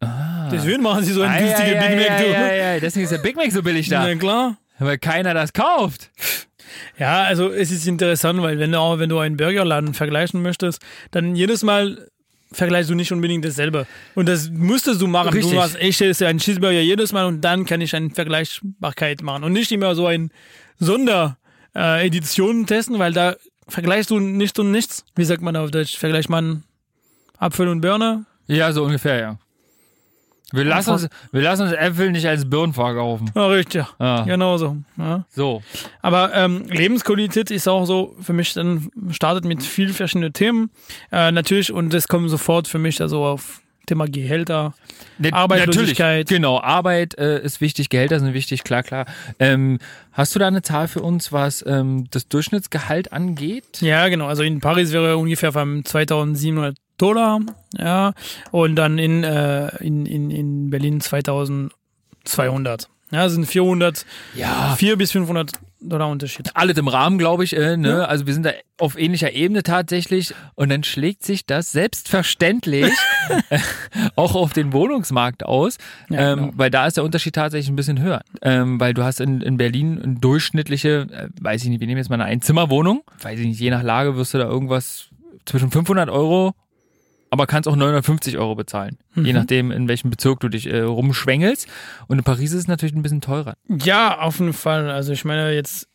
Ah. Deswegen machen sie so ein günstiger
Ei, ei,
Big
ei,
Mac.
ei,
du.
ei, ei. Deswegen ist der Big Mac so billig da.
Na klar.
Weil keiner das kauft.
Ja, also es ist interessant, weil wenn du, auch, wenn du einen Burgerladen vergleichen möchtest, dann jedes Mal vergleichst du nicht unbedingt dasselbe. Und das müsstest du machen.
Richtig.
Du machst, ich esse einen Cheeseburger jedes Mal und dann kann ich eine Vergleichbarkeit machen. Und nicht immer so ein Sonder äh, Editionen testen, weil da vergleichst du nichts und nichts. Wie sagt man auf Deutsch? Vergleicht man Apfel und Birne?
Ja, so ungefähr, ja. Wir lassen uns, wir lassen uns Äpfel nicht als Birnen verkaufen.
Ja, richtig.
Ah.
Genau so. Ja.
So.
Aber ähm, Lebensqualität ist auch so für mich dann startet mit viel verschiedene Themen äh, natürlich und das kommt sofort für mich also auf Thema Gehälter.
Ne,
Arbeitslosigkeit.
natürlich. Genau, Arbeit äh, ist wichtig, Gehälter sind wichtig, klar, klar. Ähm, hast du da eine Zahl für uns, was ähm, das Durchschnittsgehalt angeht?
Ja, genau. Also in Paris wäre ungefähr beim 2700 Dollar, ja, und dann in, äh, in, in, in Berlin 2200. Ja, das sind 400,
Ja.
4 bis 500 Dollar Unterschied.
Alles im Rahmen, glaube ich. Äh, ne? Also wir sind da auf ähnlicher Ebene tatsächlich. Und dann schlägt sich das selbstverständlich auch auf den Wohnungsmarkt aus,
Ja,
ähm,
genau.
weil da ist der Unterschied tatsächlich ein bisschen höher. Ähm, weil du hast in, in Berlin eine durchschnittliche, äh, weiß ich nicht, wir nehmen jetzt mal eine Einzimmerwohnung. Weiß ich nicht, je nach Lage wirst du da irgendwas zwischen 500 Euro, aber kannst auch 950 Euro bezahlen. Je nachdem, in welchem Bezirk du dich äh, rumschwängelst. Und in Paris ist es natürlich ein bisschen teurer.
Ja, auf jeden Fall. Also ich meine jetzt,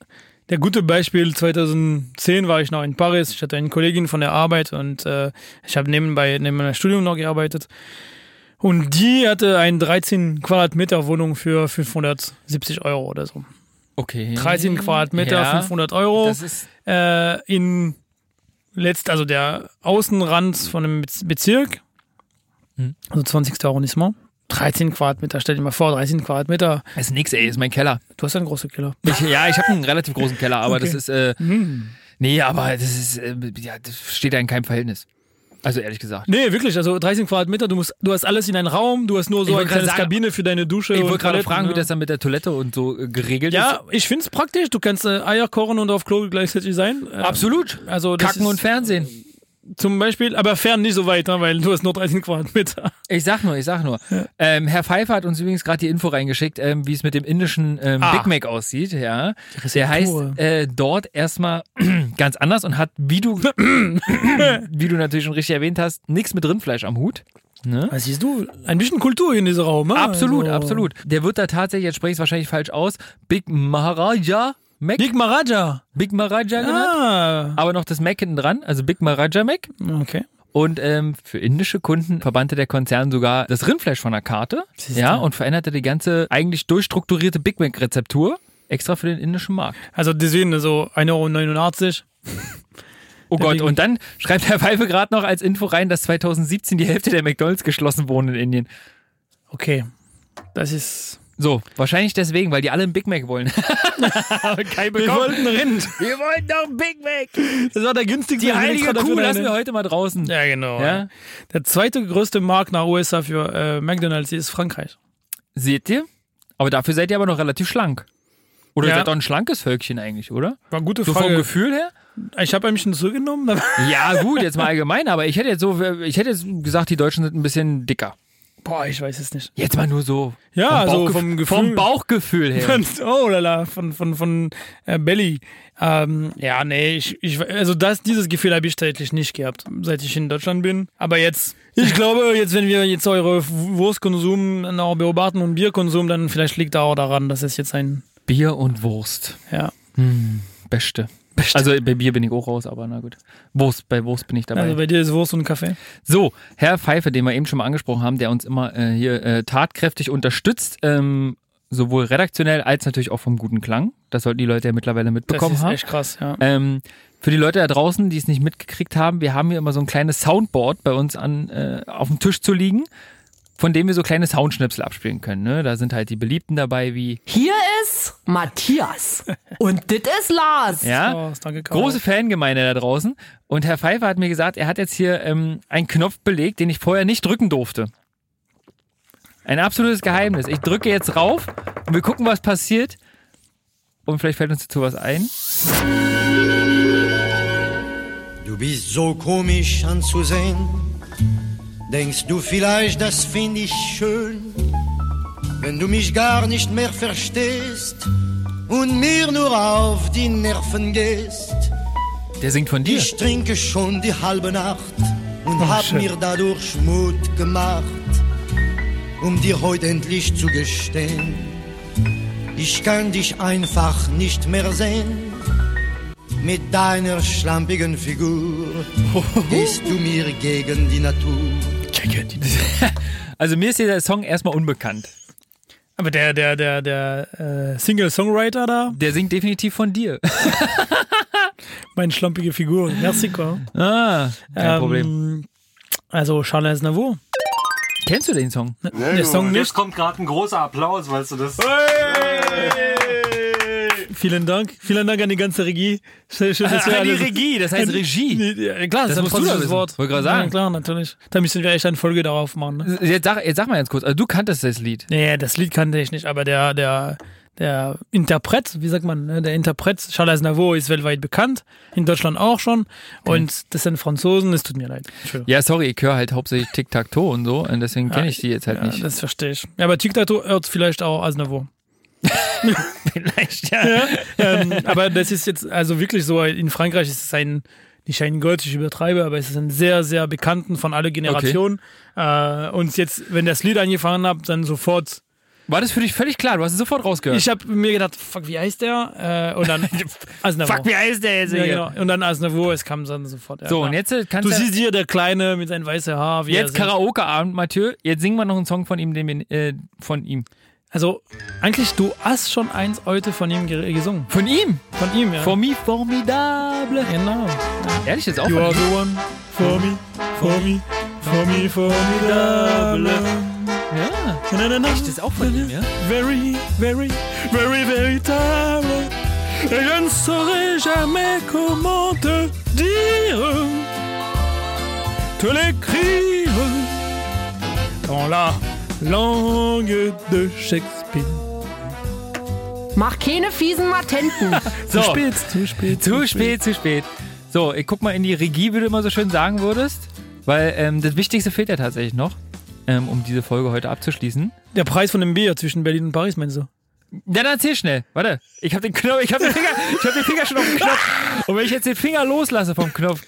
der gute Beispiel, 2010 war ich noch in Paris, ich hatte eine Kollegin von der Arbeit und äh, ich habe nebenbei neben meinem Studium noch gearbeitet. Und die hatte eine 13 Quadratmeter Wohnung für 570 Euro oder so.
Okay.
13 Quadratmeter,
Mhm. Ja.
500 Euro.
Das ist
äh, in letzt, also der Außenrand von einem Bez- Bezirk,
Mhm.
also 20. Arrondissement, 13 Quadratmeter, stell dir mal vor, 13 Quadratmeter,
Das ist nix, ey, ist mein Keller.
du hast einen großen Killer.
Ich, ja, ich habe einen relativ großen Keller, aber das
Okay. Hm.
ist. Äh, Nee, aber das ist. Äh, ja, das steht ja in keinem Verhältnis. Also ehrlich gesagt.
Nee, wirklich, also 13 Quadratmeter, du musst, du hast alles in einem Raum, du hast nur
Ich
so
wollte
eine
gerade
kleine
sagen-
Kabine für deine Dusche.
Ich
und
wollte gerade
Toiletten,
fragen, wie
ne?
das dann mit der Toilette und so äh, geregelt
Ja, ich finde es praktisch, du kannst äh, Eier kochen und auf Klo gleichzeitig sein. Äh,
ist. Absolut.
Also das
Ähm, Kacken
ist
und Fernsehen.
zum Beispiel, aber fern nicht so weit, ne, weil du hast nur 13 Quadratmeter.
Ich sag nur, ich sag nur. Ähm, Herr Pfeiffer hat uns übrigens gerade die Info reingeschickt, ähm, wie es mit dem indischen ähm,
Ah.
Big Mac aussieht. Ja, der heißt
Rezeptur.
äh, dort erstmal ganz anders und hat, wie du, wie du natürlich schon richtig erwähnt hast, nichts mit Rindfleisch am Hut. Ne?
Was siehst du? Ein bisschen Kultur in diesem Raum. Ne?
Absolut,
Also-
absolut. Der wird da tatsächlich, jetzt spreche ich es wahrscheinlich falsch aus, Big Maharaja Mac, Big,
Big Maraja.
Maharaja genannt.
Ah,
Aber noch das Mac hinten dran, also Big Maharaja Mac.
okay.
Und ähm, für indische Kunden verbannte der Konzern sogar das Rindfleisch von der Karte.
Siehst
Ja,
du.
und veränderte die ganze eigentlich durchstrukturierte Big Mac-Rezeptur extra für den indischen Markt.
Also deswegen so 1,89 Euro.
Oh
Der
Gott,
Big-
und dann schreibt Herr Pfeife gerade noch als Info rein, dass 2017 die Hälfte der McDonalds geschlossen wurden in Indien.
Okay. Das ist.
So, wahrscheinlich deswegen, weil die alle einen Big Mac wollen. und keinen
Wir
bekommen.
wollten Rind.
Wir wollen doch einen Big Mac.
Das war der günstigste.
Die heilige Kuh lassen wir
heute.
heute mal draußen.
Ja, genau.
Ja?
Der zweite größte Markt nach USA für äh, McDonalds ist Frankreich.
Seht ihr? Aber dafür seid ihr aber noch relativ schlank. Oder
Ja.
ihr seid doch ein schlankes Völkchen eigentlich, oder?
War gute
So vom
Frage.
Gefühl her?
ich habe ein bisschen zugenommen. aber-
Ja, gut, jetzt mal allgemein, aber ich hätte jetzt so, ich hätte jetzt gesagt, die Deutschen sind ein bisschen dicker.
Boah, ich weiß es nicht.
Jetzt mal nur so.
Ja, so
Bauchgef-
vom Gefühl.
Vom Bauchgefühl her.
Von, oh lala, von, von, von äh, Belly. Ähm, ja, nee, ich, ich, also das, dieses Gefühl habe ich tatsächlich nicht gehabt, seit ich in Deutschland bin. Aber jetzt, ich glaube, jetzt, wenn wir jetzt eure Wurstkonsum noch beobachten und Bierkonsum, dann vielleicht liegt da auch daran, dass es jetzt ein,
Bier und Wurst.
ja.
Beste. Beste. Also bei Bier bin ich auch raus, aber na gut. Wurst, bei Wurst bin ich dabei.
Also bei dir ist Wurst und Kaffee.
So, Herr Pfeife, den wir eben schon mal angesprochen haben, der uns immer äh, hier äh, tatkräftig unterstützt, ähm, sowohl redaktionell als natürlich auch vom guten Klang. Das sollten die Leute ja mittlerweile mitbekommen
das ist
haben.
echt krass, ja.
Ähm, für die Leute da draußen, die es nicht mitgekriegt haben, wir haben hier immer so ein kleines Soundboard bei uns an, äh, auf dem Tisch zu liegen, von dem wir so kleine Soundschnipsel abspielen können. Ne? Da sind halt die Beliebten dabei, wie
Hier ist Matthias. Und dit ist Lars.
ja,
Krass, Oh, danke, Caro.
Große Fangemeinde da draußen. Und Herr Pfeiffer hat mir gesagt, er hat jetzt hier ähm, einen Knopf belegt, den ich vorher nicht drücken durfte. Ein absolutes Geheimnis. Ich drücke jetzt rauf und wir gucken, was passiert. Und vielleicht fällt uns dazu was ein.
Du bist so komisch anzusehen. Denkst du vielleicht, das find ich schön, wenn du mich gar nicht mehr verstehst und mir nur auf die Nerven gehst?
Der singt von dir. Oh,
Ich trinke schon die halbe Nacht und hab
shit.
mir dadurch Mut gemacht, um dir heute endlich zu gestehen. Ich kann dich einfach nicht mehr sehen. Mit deiner schlampigen Figur
Oh.
gehst du mir gegen die Natur.
Also mir ist hier der Song erstmal unbekannt.
Aber der, der, der, der äh, Single-Songwriter da,
Der singt definitiv von dir.
meine schlampige Figur, merci, Caro.
Ah, kein
Ähm,
Problem.
Also Charles Navo.
Kennst du den Song?
Der Song
Und
nicht.
jetzt kommt gerade ein großer Applaus, weißt du das?
Vielen Dank. Vielen Dank an die ganze Regie. Schön, schön, dass wir
Ah, An die
alle-
Regie, das heißt
An-
Regie.
Ja, Klar, das,
Das
ist ein
musst du doch
französisches
wissen.
Wort.
Wollte gerade sagen.
Ja, klar, natürlich. Da müssen wir echt eine Folge darauf machen. Ne?
Jetzt sag, jetzt sag mal ganz kurz, also du kanntest das Lied.
Nee, das Lied kannte ich nicht, aber der, der, der Interpret, wie sagt man, ne? der Interpret, Charles Navo ist weltweit bekannt, in Deutschland auch schon. Und das sind Franzosen, es tut mir leid. Entschuldigung.
Ja, sorry, ich höre halt hauptsächlich Tic-Tac-Toe und so und deswegen kenne ich die jetzt halt
Ja,
nicht.
das verstehe ich. Ja, aber TikTok hört vielleicht auch als Navo.
Vielleicht, ja.
ähm, aber das ist jetzt also wirklich so, in Frankreich ist es ein, nicht ein Gold, ich übertreibe, aber es ist ein sehr, sehr bekannten von alle Generationen. Äh, und jetzt, wenn das Lied angefangen hat, dann sofort.
War das für dich völlig klar? Du hast es sofort rausgehört.
Ich habe mir gedacht, fuck, wie heißt der? Äh, und dann Asnavour.
Fuck, wie heißt der jetzt
ja,
hier?
genau. Und dann Asnavour, es kam dann sofort. Ja,
So,
klar.
und jetzt äh, kannst
Du
du.
siehst hier der Kleine mit seinem weißen Haar. Wie er
jetzt
singt.
Karaoke-Abend, Mathieu. Jetzt singen wir noch einen Song von ihm, den wir, äh, von ihm.
Also, eigentlich, du hast schon eins heute von ihm ge- gesungen.
Von ihm?
Von ihm, ja.
For me formidable.
genau.
Ehrlich jetzt auch
You
von
are
ihm?
the one for me, for me, for me, formidable.
Ja.
Na, na, na,
Echt, das ist auch von ihm, ja?
Very, very, very, véritable. Et je ne saurais jamais comment te dire, te l'écrire dans la langue de Shakespeare.
Mach keine fiesen Matenten.
So,
zu spät,
zu spät, zu spät. So, ich guck mal in die Regie, wie du immer so schön sagen würdest. Weil ähm, das Wichtigste fehlt ja tatsächlich noch, ähm, um diese Folge heute abzuschließen.
Der Preis von dem Bier zwischen Berlin und Paris, meinst du?
Dann erzähl schnell. Warte, ich habe den Knopf, ich habe den Finger, ich habe den Finger schon auf dem Knopf. Und wenn ich jetzt den Finger loslasse vom Knopf,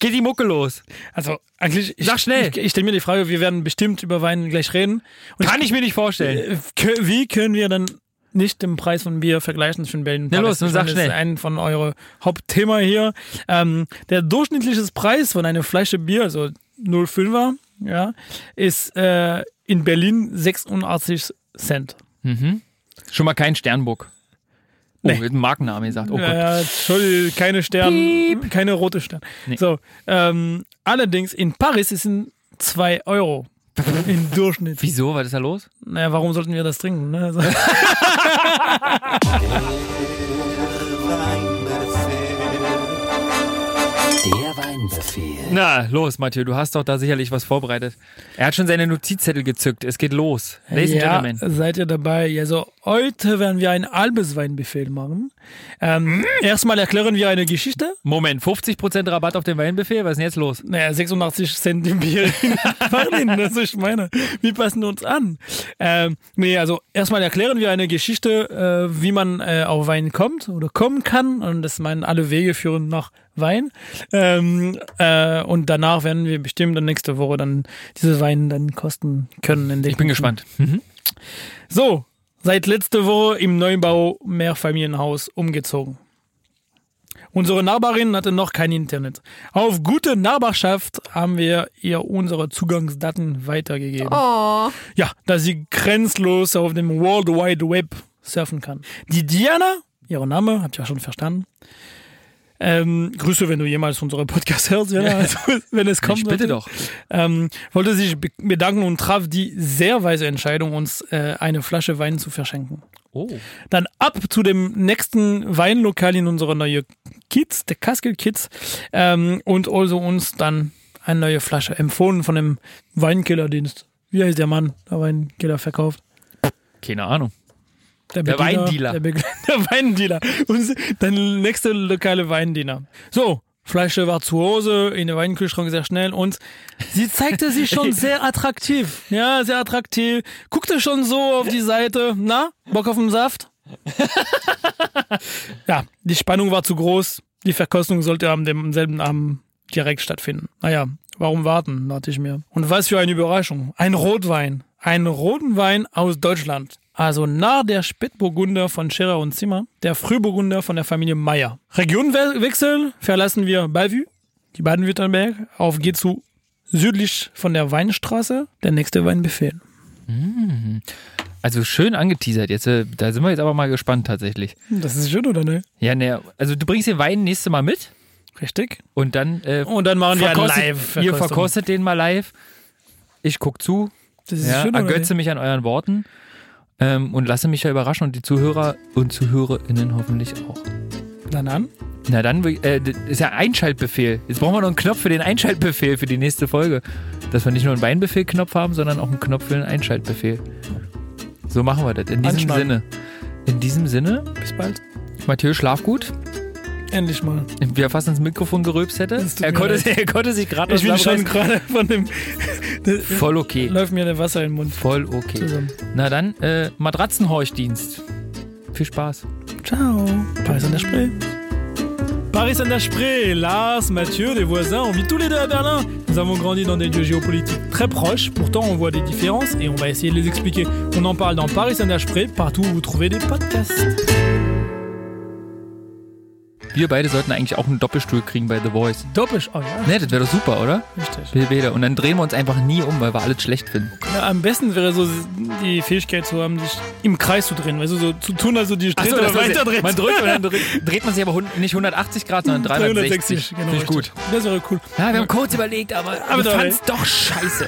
geht die Mucke los.
Also, eigentlich. Ich,
Sag schnell.
Ich, ich stelle mir die Frage, wir werden bestimmt über Wein gleich reden. Und
Kann ich mir nicht vorstellen.
Äh, kö- Wie können wir dann nicht den Preis von Bier vergleichen zwischen Berlin und
Na
Paris?
los, nun
Ich meine,
sag
das ist
schnell.
ein von eure Hauptthema hier. Ähm, der durchschnittliche Preis von einer Flasche Bier, also 0,5er, ja, ist äh, in Berlin 86 Cent.
Schon mal kein Sternburg. Oh,
Nee.
wird ein Markenname gesagt. Oh Gott.
Äh, Entschuldigung, keine Sterne, keine rote Sterne. So, ähm, allerdings in Paris ist es 2 Euro im Durchschnitt.
Wieso? Was ist da los?
Naja, warum sollten wir das trinken? Ne? Also,
Der Weinbefehl.
Na, los, Mathieu, du hast doch da sicherlich was vorbereitet. Er hat schon seine Notizzettel gezückt. Es geht los. Ladies
ja,
and Gentlemen.
seid ihr dabei? Also heute werden wir einen Albesweinbefehl machen.
Mhm.
Ähm, Erstmal erklären wir eine Geschichte.
Moment, 50% Rabatt auf den Weinbefehl? Was ist denn jetzt los?
Naja, 86 Cent im Bier in Berlin, das ich meine. Wir passen uns an. Ähm, nee, also erstmal erklären wir eine Geschichte, äh, wie man äh, auf Wein kommt oder kommen kann. Und das meinen alle Wege führen nach Wein. Ähm, äh, und danach werden wir bestimmt dann nächste Woche dann diese Wein dann kosten können. in den
Ich bin gespannt.
So, seit letzte Woche im Neubau Mehrfamilienhaus umgezogen. Unsere Nachbarin hatte noch kein Internet. Auf gute Nachbarschaft haben wir ihr unsere Zugangsdaten weitergegeben.
Oh,
Ja, da sie grenzlos auf dem World Wide Web surfen kann. Die Diana, ihren Name, habt ihr ja schon verstanden. Ähm, Grüße, wenn du jemals unsere Podcast hörst, wenn, also, wenn es kommt.
Ich bitte
natürlich
doch.
ähm, wollte sich be- bedanken und traf die sehr weise Entscheidung, uns äh, eine Flasche Wein zu verschenken.
Oh.
Dann ab zu dem nächsten Weinlokal in unserer neue Kids, der Kaskel Kids, ähm, und also uns dann eine neue Flasche empfohlen von dem Weinkellerdienst. Wie heißt der Mann, der Weinkeller verkauft?
Keine Ahnung.
Der, Bediener,
Weindealer.
Der, Be- der Weindealer. Und dann nächste lokale Weindiener. So, Flasche war zu Hause, in der Weinkühlschrank sehr schnell und sie zeigte sich schon sehr attraktiv. Ja, sehr attraktiv. Guckte schon so auf die Seite. Na, Bock auf den Saft? ja, die Spannung war zu groß. Die Verkostung sollte am demselben Abend direkt stattfinden. Naja, warum warten, dachte ich mir. Und was für eine Überraschung. Ein Rotwein. Einen roten Wein aus Deutschland. Also nahe der Spätburgunder von Scherer und Zimmer, der Frühburgunder von der Familie Meyer. Regionwechsel verlassen wir Bavü, die Baden-Württemberg, auf geht zu südlich von der Weinstraße, der nächste Weinbefehl.
Also schön angeteasert. Jetzt, äh, da sind wir jetzt aber mal gespannt tatsächlich.
Das ist schön, oder ne?
Ja, ne, also du bringst den Wein nächstes Mal mit
Richtig.
und dann äh,
Und dann machen wir ein live
Ihr verkostet den mal live. Ich guck zu.
Das ist
Ja,
schön, oder
ergötze
ne?
mich an euren Worten. ähm, und lasse mich ja überraschen und die Zuhörer und ZuhörerInnen hoffentlich auch.
Dann an.
Na dann, äh, das ist ja Einschaltbefehl. Jetzt brauchen wir noch einen Knopf für den Einschaltbefehl für die nächste Folge. Dass wir nicht nur einen Beinbefehl-Knopf haben, sondern auch einen Knopf für den Einschaltbefehl. So machen wir das. In diesem
Anschneiden.
Sinne. In diesem Sinne,
Bis bald.
Mathieu, schlaf gut.
Endlich mal.
Wie er fast ins Mikrofon gerülpst hätte.
Es tut
Er
mir
konnte,
leid.
er konnte sich gerade
Ich bin
noch
schon
zusammenreißen.
gerade von dem.
Voll okay.
läuft mir der Wasser in den Mund
Voll okay.
zusammen.
Na dann, äh, Matratzenhorchdienst. Viel Spaß.
Ciao. Paris an der Spree. Paris an der Spree, Lars, Mathieu, des voisins, on vit tous les deux à Berlin. Nous avons grandi dans des lieux géopolitiques très proches, pourtant on voit des différences et on va essayer de les expliquer. On en parle dans Paris an der Spree, partout où vous trouvez des podcasts.
Wir beide sollten eigentlich auch einen Doppelstuhl kriegen bei The Voice.
Doppelt, oh ja,
Ne, das wäre doch super, oder?
richtig.
Bill Bäder. Und dann drehen wir uns einfach nie um, weil wir alles schlecht finden.
Ja, am besten wäre so die Fähigkeit zu haben, sich im Kreis zu drehen, weißt du, so zu tun, also die Strecke
das war's.
weiter dreht.
Man drückt und dann dreht, dreht man sich aber hund- nicht 180 Grad, sondern 360.
genau.
Finde ich gut.
richtig. Das wäre cool.
Ja, wir haben kurz überlegt, aber, aber
Aber
wir
dabei-
fanden es doch scheiße.